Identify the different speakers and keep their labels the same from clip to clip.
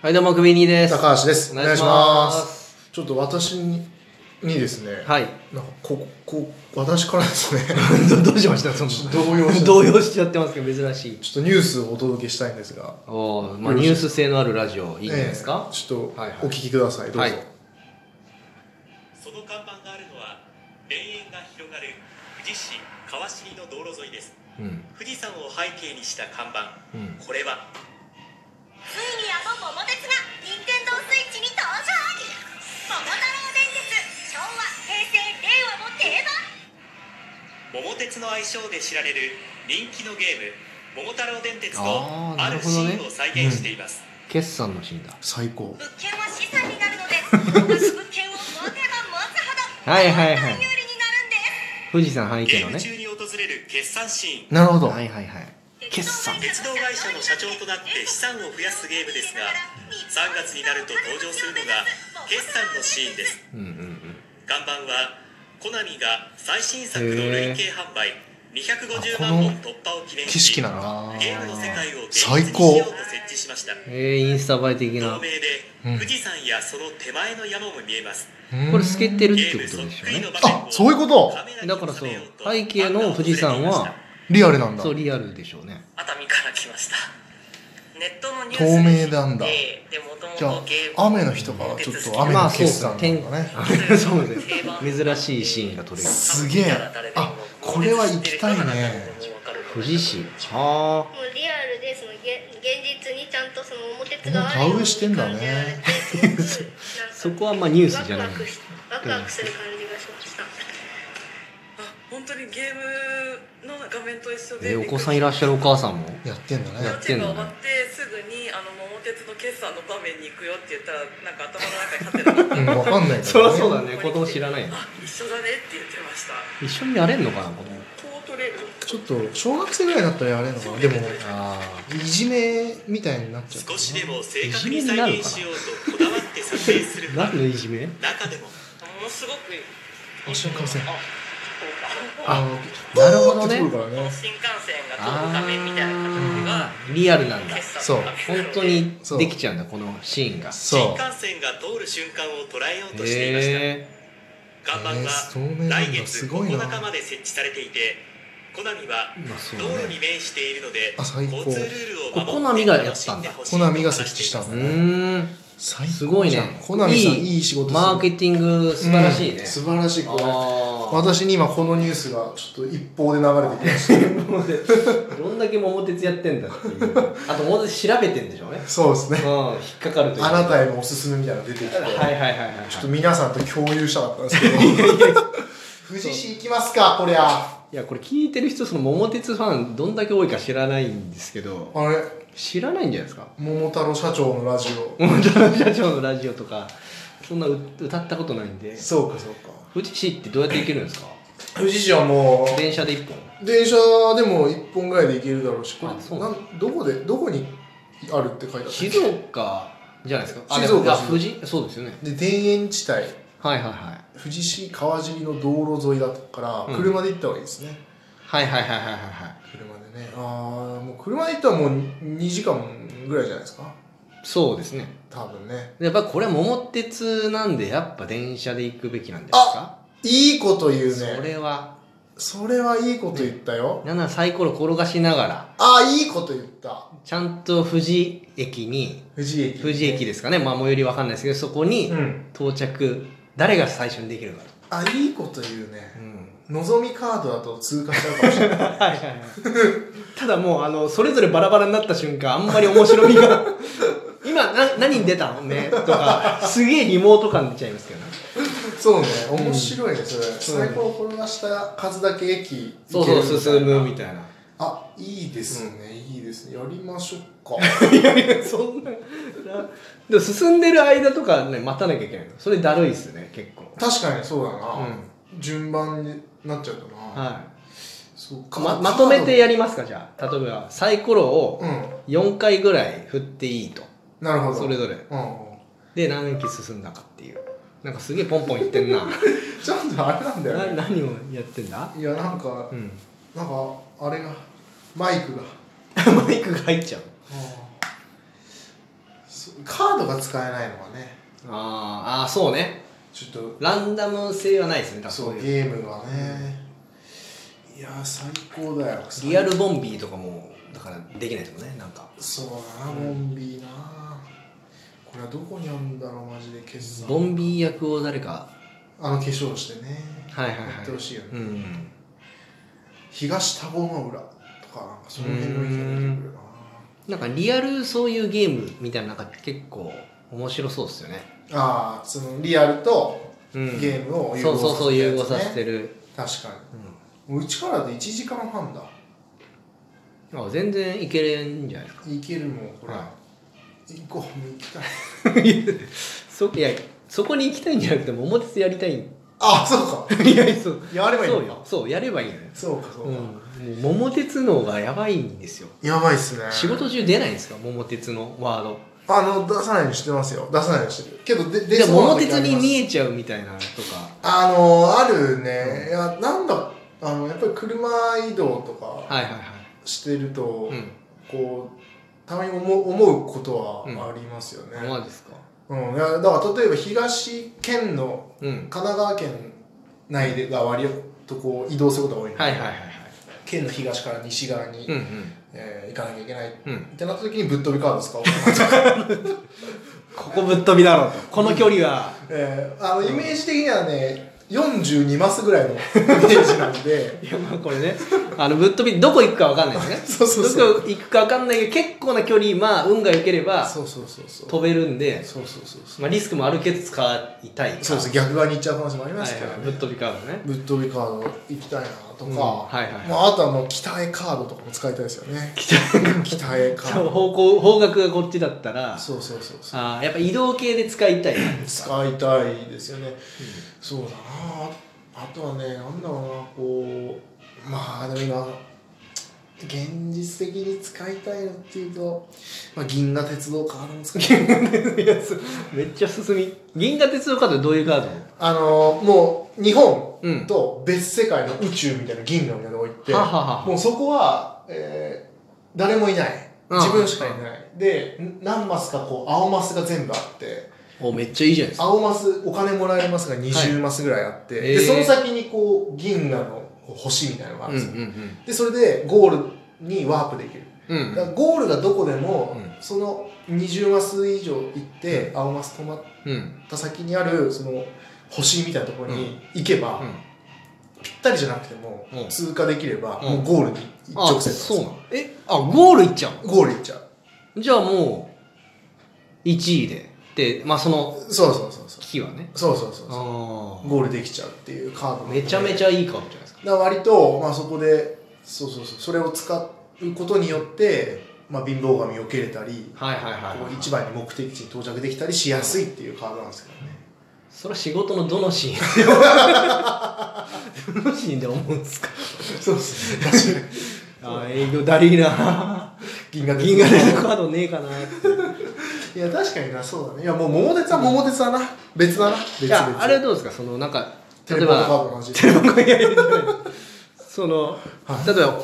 Speaker 1: はい、どうも、くびにです。
Speaker 2: 高橋です。
Speaker 1: お
Speaker 2: お
Speaker 1: 願
Speaker 2: 願
Speaker 1: い
Speaker 2: い
Speaker 1: し
Speaker 2: し
Speaker 1: ま
Speaker 2: ますす。ちょっと私ににですね、
Speaker 1: はい。
Speaker 2: なんかここ私からですね、
Speaker 1: どどうしましたその
Speaker 2: 動揺 して
Speaker 1: 動揺しちゃってますけど、珍しい。
Speaker 2: ちょっとニュースをお届けしたいんですが、
Speaker 1: おーまあ、
Speaker 2: よろ
Speaker 1: ニ
Speaker 2: しい
Speaker 1: ュース性のあるラジオ、いいんじゃないですか、
Speaker 2: ええちょっと
Speaker 1: はいはい
Speaker 2: お聞きください。どうぞ。
Speaker 1: はい
Speaker 3: その看板があるのは田園が広がる富士市川尻の道路沿いです
Speaker 1: うん。
Speaker 3: 富士山を背景にした看板、
Speaker 1: うん
Speaker 3: これは
Speaker 4: ついにあの桃鉄が任天堂スイッチに登場桃太郎電鉄昭和平成令和も定番
Speaker 3: 桃鉄の愛称で知られる人気のゲーム「桃太郎電鉄」
Speaker 1: あ
Speaker 3: の
Speaker 1: ーな
Speaker 3: あ
Speaker 1: る
Speaker 3: る
Speaker 1: ほ
Speaker 3: シ
Speaker 1: どね
Speaker 3: ーンを再現しています、
Speaker 1: 決算のシーンだ。
Speaker 2: 最高。
Speaker 4: 物件は資産になるので高額物件を持てば持つほど
Speaker 1: はいはいはい
Speaker 4: どんどん有利になるんで
Speaker 1: 富士山背
Speaker 3: ゲ
Speaker 1: 景の
Speaker 3: ーム
Speaker 1: ね。
Speaker 3: 中に訪れる決算シーン
Speaker 2: なるほど。
Speaker 1: はいはいはい。
Speaker 4: す
Speaker 1: 決算
Speaker 3: 鉄道会社の社長となって資産を増やすゲームですが3月になると登場するのが決算のシーンです
Speaker 1: うんうんうん。
Speaker 3: 看板はコナミが最新作の累計販売250
Speaker 2: あ
Speaker 3: 万
Speaker 2: この
Speaker 3: 本突破を記念し
Speaker 2: 景色なの
Speaker 1: あ
Speaker 3: ゲームの世
Speaker 1: ー。
Speaker 3: 界を現実
Speaker 2: 最
Speaker 3: にし
Speaker 2: 高
Speaker 3: ようと設置しました
Speaker 1: えー、インスタ映え的
Speaker 3: 透
Speaker 1: な
Speaker 3: 明。で
Speaker 2: うん
Speaker 3: 富士山やその手前の山も見えます、
Speaker 1: これ透けてるって
Speaker 3: ゲー
Speaker 1: こと
Speaker 3: ムそっ
Speaker 1: でしょう
Speaker 3: くり
Speaker 1: ね
Speaker 3: の。場面
Speaker 2: あ
Speaker 3: を、
Speaker 2: そういうこと。
Speaker 3: カメラに
Speaker 1: だからそう
Speaker 3: 収めよう、と
Speaker 1: 背景の富士山は、
Speaker 2: リアルなんだ。
Speaker 1: そう、リアルでしょうね。
Speaker 5: 熱海から来ましたネットのニュース
Speaker 2: 透明なんだ
Speaker 5: でで元
Speaker 2: じゃあ
Speaker 5: 々ゲーム
Speaker 2: 雨の日とかはちょっと雨
Speaker 1: ま
Speaker 2: の
Speaker 1: あそうで
Speaker 2: 決
Speaker 1: すね
Speaker 2: 算なんだね。
Speaker 1: そうです。珍しいシーンが撮れる。
Speaker 2: すげえ。あ、これは行きたいね。
Speaker 1: 富士市。は
Speaker 6: もうリアルでそのげ現実にちゃんとその表鉄
Speaker 2: も
Speaker 6: が
Speaker 2: う
Speaker 6: あ
Speaker 2: 田
Speaker 6: るよう
Speaker 2: 植え
Speaker 6: に
Speaker 2: してんだ
Speaker 6: 感じられ
Speaker 2: ね
Speaker 6: てすごくなん
Speaker 1: あ。
Speaker 6: か
Speaker 1: そこはまあニュースじゃな
Speaker 6: ワ
Speaker 1: い
Speaker 6: ク。ワクしワクワクする感じがしました。
Speaker 5: あ本当にゲームの画面と一緒で
Speaker 1: えー、お子さんいらっしゃるお母さんも。
Speaker 2: やってんだね
Speaker 5: 幼。
Speaker 1: やって
Speaker 5: 稚
Speaker 1: ん
Speaker 5: 園
Speaker 1: の
Speaker 5: が終わ
Speaker 1: ね
Speaker 5: ってすぐにあの桃鉄の決算の場面に行くよって言ったらなんか頭の中に勝手な
Speaker 2: うん、わかんないけどね。
Speaker 1: そりゃそうだね子供知らないよ
Speaker 5: あ一緒だねって言ってました
Speaker 1: 一緒にやれんのかな子供
Speaker 5: こう取れる
Speaker 2: ちょっと小学生ぐらいだったらやれるのかな。でも
Speaker 1: あ
Speaker 2: いじめみたいになっちゃう。
Speaker 3: 少しでも正確に再現しようとこだわって撮影する
Speaker 1: あ
Speaker 3: が
Speaker 1: 何のいじめ
Speaker 3: 中でも
Speaker 5: ものすごく
Speaker 2: あ新幹線
Speaker 5: あこうか
Speaker 2: あ
Speaker 1: なるほどね
Speaker 2: ピューってくるから
Speaker 5: この
Speaker 2: ね。
Speaker 5: 新幹線が飛ぶ画面みたいな形が
Speaker 1: あーリアルなんだ
Speaker 5: 決算
Speaker 2: そう
Speaker 5: の画面
Speaker 1: 本
Speaker 5: なので
Speaker 1: 当にできちゃうんだこのシーンが
Speaker 3: 新
Speaker 2: そう。
Speaker 3: 幹線が通る瞬間を捉えようとしていました、
Speaker 1: へ
Speaker 3: 看板
Speaker 2: え
Speaker 3: は
Speaker 2: ー透明なんだ
Speaker 3: 来月
Speaker 2: すごいな
Speaker 3: 9日まで設置されていてコナミは
Speaker 1: えまあそう
Speaker 3: 道
Speaker 1: だ
Speaker 3: 路
Speaker 1: ね
Speaker 3: に面しているので
Speaker 2: あ最高
Speaker 3: 交通ルールを
Speaker 1: こコナミ
Speaker 3: 守っ
Speaker 1: が
Speaker 3: て
Speaker 1: やっ
Speaker 3: 楽
Speaker 1: た
Speaker 3: し
Speaker 1: ん
Speaker 3: ん
Speaker 1: だ
Speaker 3: でほしい
Speaker 2: コナミが設置したん
Speaker 1: う
Speaker 2: だね。
Speaker 1: ーん
Speaker 2: 最
Speaker 1: す
Speaker 2: 高
Speaker 1: ごい
Speaker 2: じ
Speaker 1: ね
Speaker 2: ゃんコナミさんいい仕事する
Speaker 1: マーケティング素晴らしいね、
Speaker 2: うん素晴らしいこれ。
Speaker 1: あ
Speaker 2: 私に今このニュースがちょっと一方で流れてきました。
Speaker 1: あどんだけ桃鉄やってんだっていう あと桃鉄調べてんでしょうね
Speaker 2: そうです
Speaker 1: うん
Speaker 2: ね。
Speaker 1: 引っかかるという
Speaker 2: あな
Speaker 1: は
Speaker 2: たへのおすすめみたいなの出てきて、
Speaker 1: いはいはいはい
Speaker 2: ちょっと皆さんと共有したかったんですけど。 富士市行きますかこりゃ。
Speaker 1: いやこれ聞いてる人その桃鉄ファンどんだけ多いか知らないんですけど
Speaker 2: あれ
Speaker 1: 知らないんじゃないですか
Speaker 2: 桃太郎社長のラジオ。
Speaker 1: 桃太郎社長のラジオとかそんなう歌ったことないんで
Speaker 2: そうかそうか。
Speaker 1: 富士市ってどうやって行けるんですか
Speaker 2: 富士市はもう
Speaker 1: 電車で1本
Speaker 2: 電車でも1本ぐらいで行けるだろうしこ
Speaker 1: あそ
Speaker 2: れ
Speaker 1: うな
Speaker 2: なんんどこでどこにあるって書いてある
Speaker 1: 静岡じゃないですかあでも
Speaker 2: 静岡
Speaker 1: あ富士そうですよね
Speaker 2: で田園地帯
Speaker 1: はいはいはい
Speaker 2: 富士市川尻の道路沿いだか
Speaker 1: うん
Speaker 2: ら車で行った方がいいですね、
Speaker 1: はいはいはいはいはいはい
Speaker 2: 車でねああもう車で行ったらもう2時間ぐらいじゃないですか
Speaker 1: そうですね
Speaker 2: 多分ね
Speaker 1: やっぱこれ桃鉄なんでやっぱ電車で行くべきなんじゃない
Speaker 2: いいこと言う
Speaker 1: ですかそ
Speaker 2: ね
Speaker 1: れは
Speaker 2: それはいいこと言ったよ、
Speaker 1: なんならサイコロ転がしながら
Speaker 2: ああいいこと言った
Speaker 1: ちゃんと富士駅に
Speaker 2: 富士駅
Speaker 1: 富士駅ですかね、まあ、最寄りわかんないですけどそこに
Speaker 2: うん
Speaker 1: 到着誰が最初にできるかと、
Speaker 2: あいいこと言う
Speaker 1: う
Speaker 2: ね
Speaker 1: ん、
Speaker 2: のぞみカードだと通過しちゃうかもしれない
Speaker 1: はいはいはいただもうあのそれぞれバラバラになった瞬間あんまり面白み が今な何に出たのねとかすげえリモート感出ちゃいますけどね
Speaker 2: そうね、面白いね、それ。
Speaker 1: うん
Speaker 2: 最高を転がした数だけ駅
Speaker 1: そう
Speaker 2: 行けるみたいな
Speaker 1: そう進むみたいな
Speaker 2: あ、いいですね、いいですね。やりましょうか。
Speaker 1: そんななでも進んでる間とかね待たなきゃいけないのそれだるいっすね結構
Speaker 2: 確かにそうだな。
Speaker 1: うん
Speaker 2: 順番になっちゃうとな。
Speaker 1: は
Speaker 2: そう
Speaker 1: い
Speaker 2: か
Speaker 1: ままとめてやりますかじゃあ例えばサイコロを
Speaker 2: うん。
Speaker 1: 4回ぐらい振っていいと
Speaker 2: なるほど。
Speaker 1: それぞれ
Speaker 2: うん。
Speaker 1: で何駅進んだかっていうなんかすげえポンポンいってん な
Speaker 2: ちょっとあれなんだ
Speaker 1: な
Speaker 2: よね。
Speaker 1: 何をやってんだ
Speaker 2: いや、なんか、
Speaker 1: うん
Speaker 2: なんか、あれ が、マイクが。
Speaker 1: マイクが入っちゃう
Speaker 2: あーそカードが使えないのはね
Speaker 1: あーあーそうね
Speaker 2: ちょっ
Speaker 1: ランダム性はないですね多
Speaker 2: と
Speaker 1: 分
Speaker 2: そう
Speaker 1: いう
Speaker 2: ゲームはねいやー最高だよ
Speaker 1: リアルボンビーとかもだからできないですもんねなんか
Speaker 2: そうだなボンビーなこれはどこにあるんだろうマジで決算
Speaker 1: ボンビー役を誰か
Speaker 2: あの化粧してね
Speaker 1: はいはいはい
Speaker 2: やってほしいよね、
Speaker 1: うん
Speaker 2: 東多忙の裏とかなんかその辺の意見出てくる
Speaker 1: な
Speaker 2: な
Speaker 1: んかリアルそういうゲームみたいななんか結構面白そうですよね
Speaker 2: ああそのリアルとゲ
Speaker 1: うん
Speaker 2: ームを
Speaker 1: そうそうそう融合させて
Speaker 2: る
Speaker 1: る、
Speaker 2: 確かにもううちからで1時間半だ
Speaker 1: あ全然いけるんじゃない ですか
Speaker 2: いけるもんこれ、
Speaker 1: は
Speaker 2: 行こうもう行きたい
Speaker 1: そいやそこに行きたいんじゃなくても表鉄やりた いい
Speaker 2: あそうか
Speaker 1: やそう
Speaker 2: やればいい
Speaker 1: そう
Speaker 2: のか
Speaker 1: よそうやればいいのよ、
Speaker 2: そうかそう
Speaker 1: う
Speaker 2: か、
Speaker 1: ん、もう桃鉄のがやばいんですよ
Speaker 2: やばいっすね
Speaker 1: 仕事中出ないんですか桃鉄のワード
Speaker 2: あの出さないようにしてますよ出さないようにしてるけどで出
Speaker 1: で
Speaker 2: そうな
Speaker 1: 桃
Speaker 2: 時
Speaker 1: 鉄
Speaker 2: あり
Speaker 1: に
Speaker 2: ます
Speaker 1: 見えちゃうみたいなのとか
Speaker 2: あのあるね、いやなんだあのやっぱり車移動とか
Speaker 1: はいはいはい
Speaker 2: してると、
Speaker 1: うん
Speaker 2: こうたまに思う思うことはありますよね、
Speaker 1: あマジですか
Speaker 2: うんいやだから例えば東県の
Speaker 1: うん
Speaker 2: 神奈川県内でが割とこう移動することが多いので、
Speaker 1: はいはいはいはい
Speaker 2: 県の東から西側に、
Speaker 1: うんうん
Speaker 2: えー行かなきゃいけない、
Speaker 1: うん
Speaker 2: ってなった時にぶっ飛びカード使おう
Speaker 1: ここぶっ飛びだろとこの距離は
Speaker 2: えーあのイメージ的にはね42マスぐらいのイ メージなんで
Speaker 1: いやまあこれねあのぶっ飛びどこ行くかわかんないですね
Speaker 2: そうそうそう
Speaker 1: どこ行くかわかんないけど結構な距離まあ運が良ければ
Speaker 2: そうそうそうそう
Speaker 1: 飛べるんで、
Speaker 2: そうそうそうそう
Speaker 1: まあ、リスクもあるけど使いたい
Speaker 2: そうです
Speaker 1: ね
Speaker 2: 逆側に行っちゃう話もありますけど、ね
Speaker 1: ぶっ飛びカードね
Speaker 2: ぶっ飛びカード行きたいなとか、
Speaker 1: うんはいはいはい
Speaker 2: まあ、あとはもう北へカードとかも使いたいですよね
Speaker 1: 北
Speaker 2: 北へカー
Speaker 1: そう
Speaker 2: ド
Speaker 1: 方向方角がこっちだったら
Speaker 2: そうそうそうそう
Speaker 1: あーやっぱ移動系で使い たい
Speaker 2: 使いたいですよね、そうだなあとはねなんだろうなこうまあでも今現実的に使いたいのっていうと、まあ、銀河鉄道カードも使いたい
Speaker 1: めっちゃ進み銀河鉄道カードどういうカード
Speaker 2: あのもう日
Speaker 1: うん
Speaker 2: 本と別世界の宇宙みたいな銀河みたいなとこ行って、
Speaker 1: ははは
Speaker 2: もうそこは、えー誰もいない
Speaker 1: うん
Speaker 2: 自分しかいない、で何マスかこう青マスが全部あって
Speaker 1: おめっちゃいいじゃないですか
Speaker 2: 青マスお金もらえますが20マスぐらいあって、
Speaker 1: はい
Speaker 2: で
Speaker 1: えー
Speaker 2: その先にこう銀河のこう星みたいなのがあ
Speaker 1: うん
Speaker 2: る
Speaker 1: うんん
Speaker 2: ですよ、でそれでゴールにワープできる
Speaker 1: うんう
Speaker 2: だ
Speaker 1: ん
Speaker 2: からゴールがどこでも、
Speaker 1: う
Speaker 2: その20マス以上行って、青マス止まっ
Speaker 1: うん
Speaker 2: た先にあるその星みたいなところに行けば、
Speaker 1: うん
Speaker 2: ぴったりじゃなくても、
Speaker 1: うん
Speaker 2: 通過できれば、
Speaker 1: うん
Speaker 2: もうゴールに一直
Speaker 1: あ
Speaker 2: 線
Speaker 1: そうな
Speaker 2: なんで
Speaker 1: のえあゴール行っちゃう
Speaker 2: すゴール行っちゃう
Speaker 1: じゃあもう1位ででまあその
Speaker 2: そうそうそうそう
Speaker 1: 機はね
Speaker 2: そうそうそうそう
Speaker 1: あ
Speaker 2: ゴールできちゃうっていうカード
Speaker 1: あめちゃめ
Speaker 2: ゃ
Speaker 1: ちゃいいカードじゃないですか
Speaker 2: だから割と、まあ、そこでそうそうそうそれを使うことによって、まあ、貧乏神を避けれたり、
Speaker 1: はいはいはい、
Speaker 2: こう一番に目的地に到着できたりしやすいっていうカードなんですけどね
Speaker 1: それは仕事のどのシー ンどのシーンで思うんですか
Speaker 2: そうですね確かに
Speaker 1: あ営業だりいな
Speaker 2: 銀河鉄
Speaker 1: 銀河鉄 道カードねえかない
Speaker 2: や確かになそうだねいやもう桃鉄は桃鉄だな別だな
Speaker 1: い
Speaker 2: 別々
Speaker 1: やあれはどうですかそのなんか
Speaker 2: テ
Speaker 1: 例
Speaker 2: レ
Speaker 1: え
Speaker 2: ポートカー
Speaker 1: ば
Speaker 2: ドの話
Speaker 1: テレポカードいやいやいやその、例えば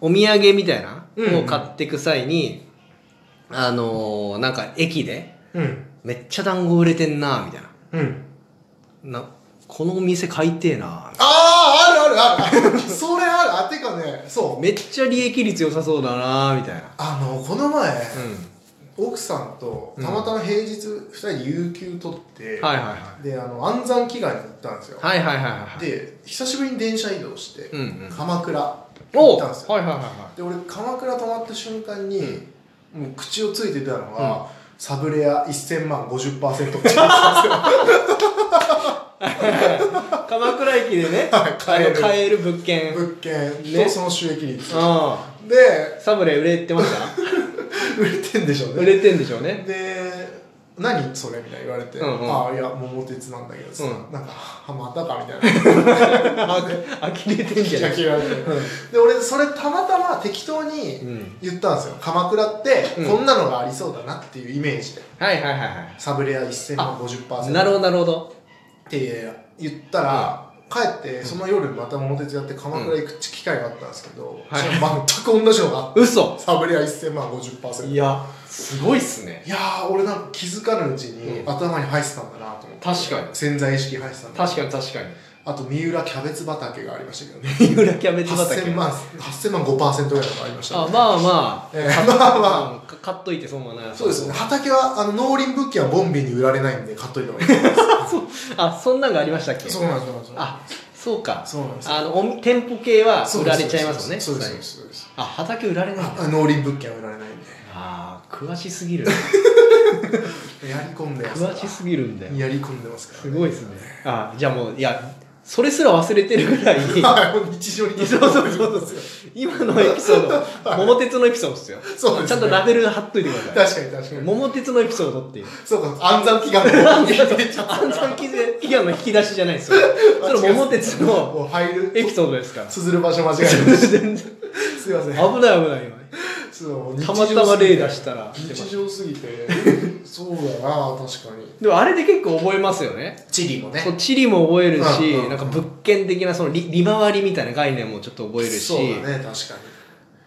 Speaker 1: お土産みたいな
Speaker 2: うん
Speaker 1: のを買っていく際に、あのーなんか駅で
Speaker 2: うん
Speaker 1: めっちゃ団子売れてんなみたいな
Speaker 2: うん
Speaker 1: なこのお店買いてえな
Speaker 2: あああるあるある それあるあてかねそう
Speaker 1: めっちゃ利益率良さそうだなみたいな
Speaker 2: あのこの前、
Speaker 1: う
Speaker 2: 奥さんとたまたま平日2人で有給取って、
Speaker 1: んはいはいはい
Speaker 2: であの安産祈願に行ったんですよ、
Speaker 1: はいはいはいはい
Speaker 2: で久しぶりに電車移動して、
Speaker 1: うんうん
Speaker 2: 鎌倉行
Speaker 1: お
Speaker 2: ったんですよ
Speaker 1: はいはいはい は
Speaker 2: で俺鎌倉止まった瞬間に、もう口をついてたのが、サブレア1000万50%って言ったんですよ
Speaker 1: い鎌倉駅でね
Speaker 2: はい買える
Speaker 1: あの買える物件
Speaker 2: 物件
Speaker 1: ね
Speaker 2: とその収益率、
Speaker 1: あ
Speaker 2: で
Speaker 1: あサブレ売れてました
Speaker 2: 売れてんでし ょう
Speaker 1: 売
Speaker 2: ね
Speaker 1: れてんでしょうね
Speaker 2: で何それみたいな言われて、
Speaker 1: うんうん
Speaker 2: ああいや桃鉄なんだけどさ、
Speaker 1: うん
Speaker 2: なんかはまたかみたいな
Speaker 1: あ呆れてんじゃない
Speaker 2: キラキラでで俺それたまたま適当に
Speaker 1: うん
Speaker 2: 言ったんですよ鎌倉って
Speaker 1: うん
Speaker 2: こんなのがありそうだなっていうイメージで、
Speaker 1: はいはいはいは
Speaker 2: サブレア1000万50%
Speaker 1: いなるほどなるほど
Speaker 2: って言ったら、帰ってその夜また桃鉄やって鎌倉行く機会があったんですけど、
Speaker 1: はい
Speaker 2: それ全く同じのがあって
Speaker 1: 嘘
Speaker 2: サブレア1000万50%
Speaker 1: や
Speaker 7: すごいっすね
Speaker 2: いやー俺なんか気づかぬうちに
Speaker 7: うん
Speaker 2: 頭に入ってたんだなと思って
Speaker 7: 確かに
Speaker 2: 潜在意識入ってたんだ
Speaker 7: 確かに確かに
Speaker 2: あと三浦キャベツ畑がありましたけどね
Speaker 1: 三浦キャベツ畑
Speaker 2: 8000万8000万5%ぐらいのがありました
Speaker 1: あ
Speaker 2: ね
Speaker 1: まあまあ、
Speaker 2: えーまあま
Speaker 1: あ買っといて損はない
Speaker 2: あそうですね畑はあの農林物件はボンビに売られないんで買っといた方がいいと思いま
Speaker 1: あそんなんがありましたっけ
Speaker 2: すそうなんですそうなんです
Speaker 1: あそうか
Speaker 2: そうなんですよ
Speaker 1: あのお店舗系は
Speaker 2: そう
Speaker 1: 売
Speaker 2: で
Speaker 1: ら
Speaker 2: す
Speaker 1: れちゃいますもんね
Speaker 2: そうですそ
Speaker 1: 実
Speaker 2: うで
Speaker 1: 際
Speaker 2: すそうです
Speaker 1: あ畑売られないんだ
Speaker 2: あ農林物件は売られないん
Speaker 1: あー詳しす ぎる
Speaker 2: でやり込んでますから
Speaker 1: 詳しすぎるんだよ
Speaker 2: やり込んでますから、
Speaker 1: すごいですねあじゃあもういやそれすら忘れてるぐ らい
Speaker 2: はい日常に
Speaker 1: そうそうそうそう今のエピソード桃鉄のエピソードですよ
Speaker 2: そうですね
Speaker 1: ちゃんとラベル貼っといてください
Speaker 2: 確かに確かに
Speaker 1: 桃鉄のエピソードっていう
Speaker 2: そうか暗算祈願の
Speaker 1: 暗算記念以外の引き出しじゃないですよそれ桃鉄の
Speaker 2: もう入る
Speaker 1: エピソードですから
Speaker 2: すずる場所間違えまし
Speaker 1: 全然危
Speaker 2: たすいません
Speaker 1: ない危ない今
Speaker 2: そうもう日
Speaker 1: た
Speaker 2: 常
Speaker 1: ます
Speaker 2: ぎて
Speaker 1: たま例出したら
Speaker 2: 日常すぎ てそうだな確かに
Speaker 1: でもあれで結構覚えますよね
Speaker 2: チリもね
Speaker 1: そう地理も覚えるし、
Speaker 2: うんうんうん
Speaker 1: なんか物件的なその利利回りみたいな概念もちょっと覚えるし、
Speaker 2: そうだね確か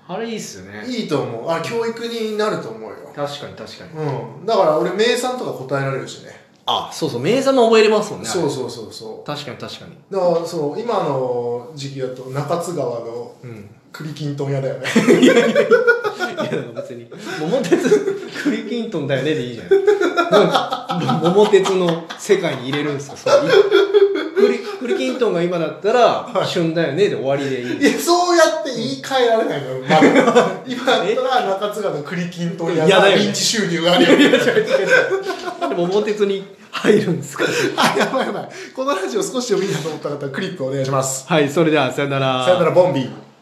Speaker 1: あれいいっすよね
Speaker 2: にいいと思うあ教育になると思うよ
Speaker 1: 確かに確かに
Speaker 2: うんだから俺名産とか答えられるしね
Speaker 1: あそうそう名産も覚えれますもんねあれ
Speaker 2: そうそうそうそう
Speaker 1: 確かに確かに
Speaker 2: だからそう今の時期だと中津川の
Speaker 1: うん
Speaker 2: 栗きんとん屋だよね
Speaker 1: いや別に「桃鉄栗きんとんだよね」でいいじゃ ん桃鉄の世界に入れるんですかそうい栗栗きんとんが今だったら「旬だよね」で終わりでいいん
Speaker 2: い
Speaker 1: です
Speaker 2: やそうやって言い換えられないのよ まだ今だったら中津川の栗きんとん屋
Speaker 1: いやだ
Speaker 2: が
Speaker 1: よね
Speaker 2: 臨時収入があ るよ
Speaker 1: なんで桃鉄に入るんですか
Speaker 2: あ、やばいやばい。このラジオ少しでもいいなと思った方はクリップお願いします。
Speaker 1: はいそれではさよなら
Speaker 2: さよなら、ボンビー。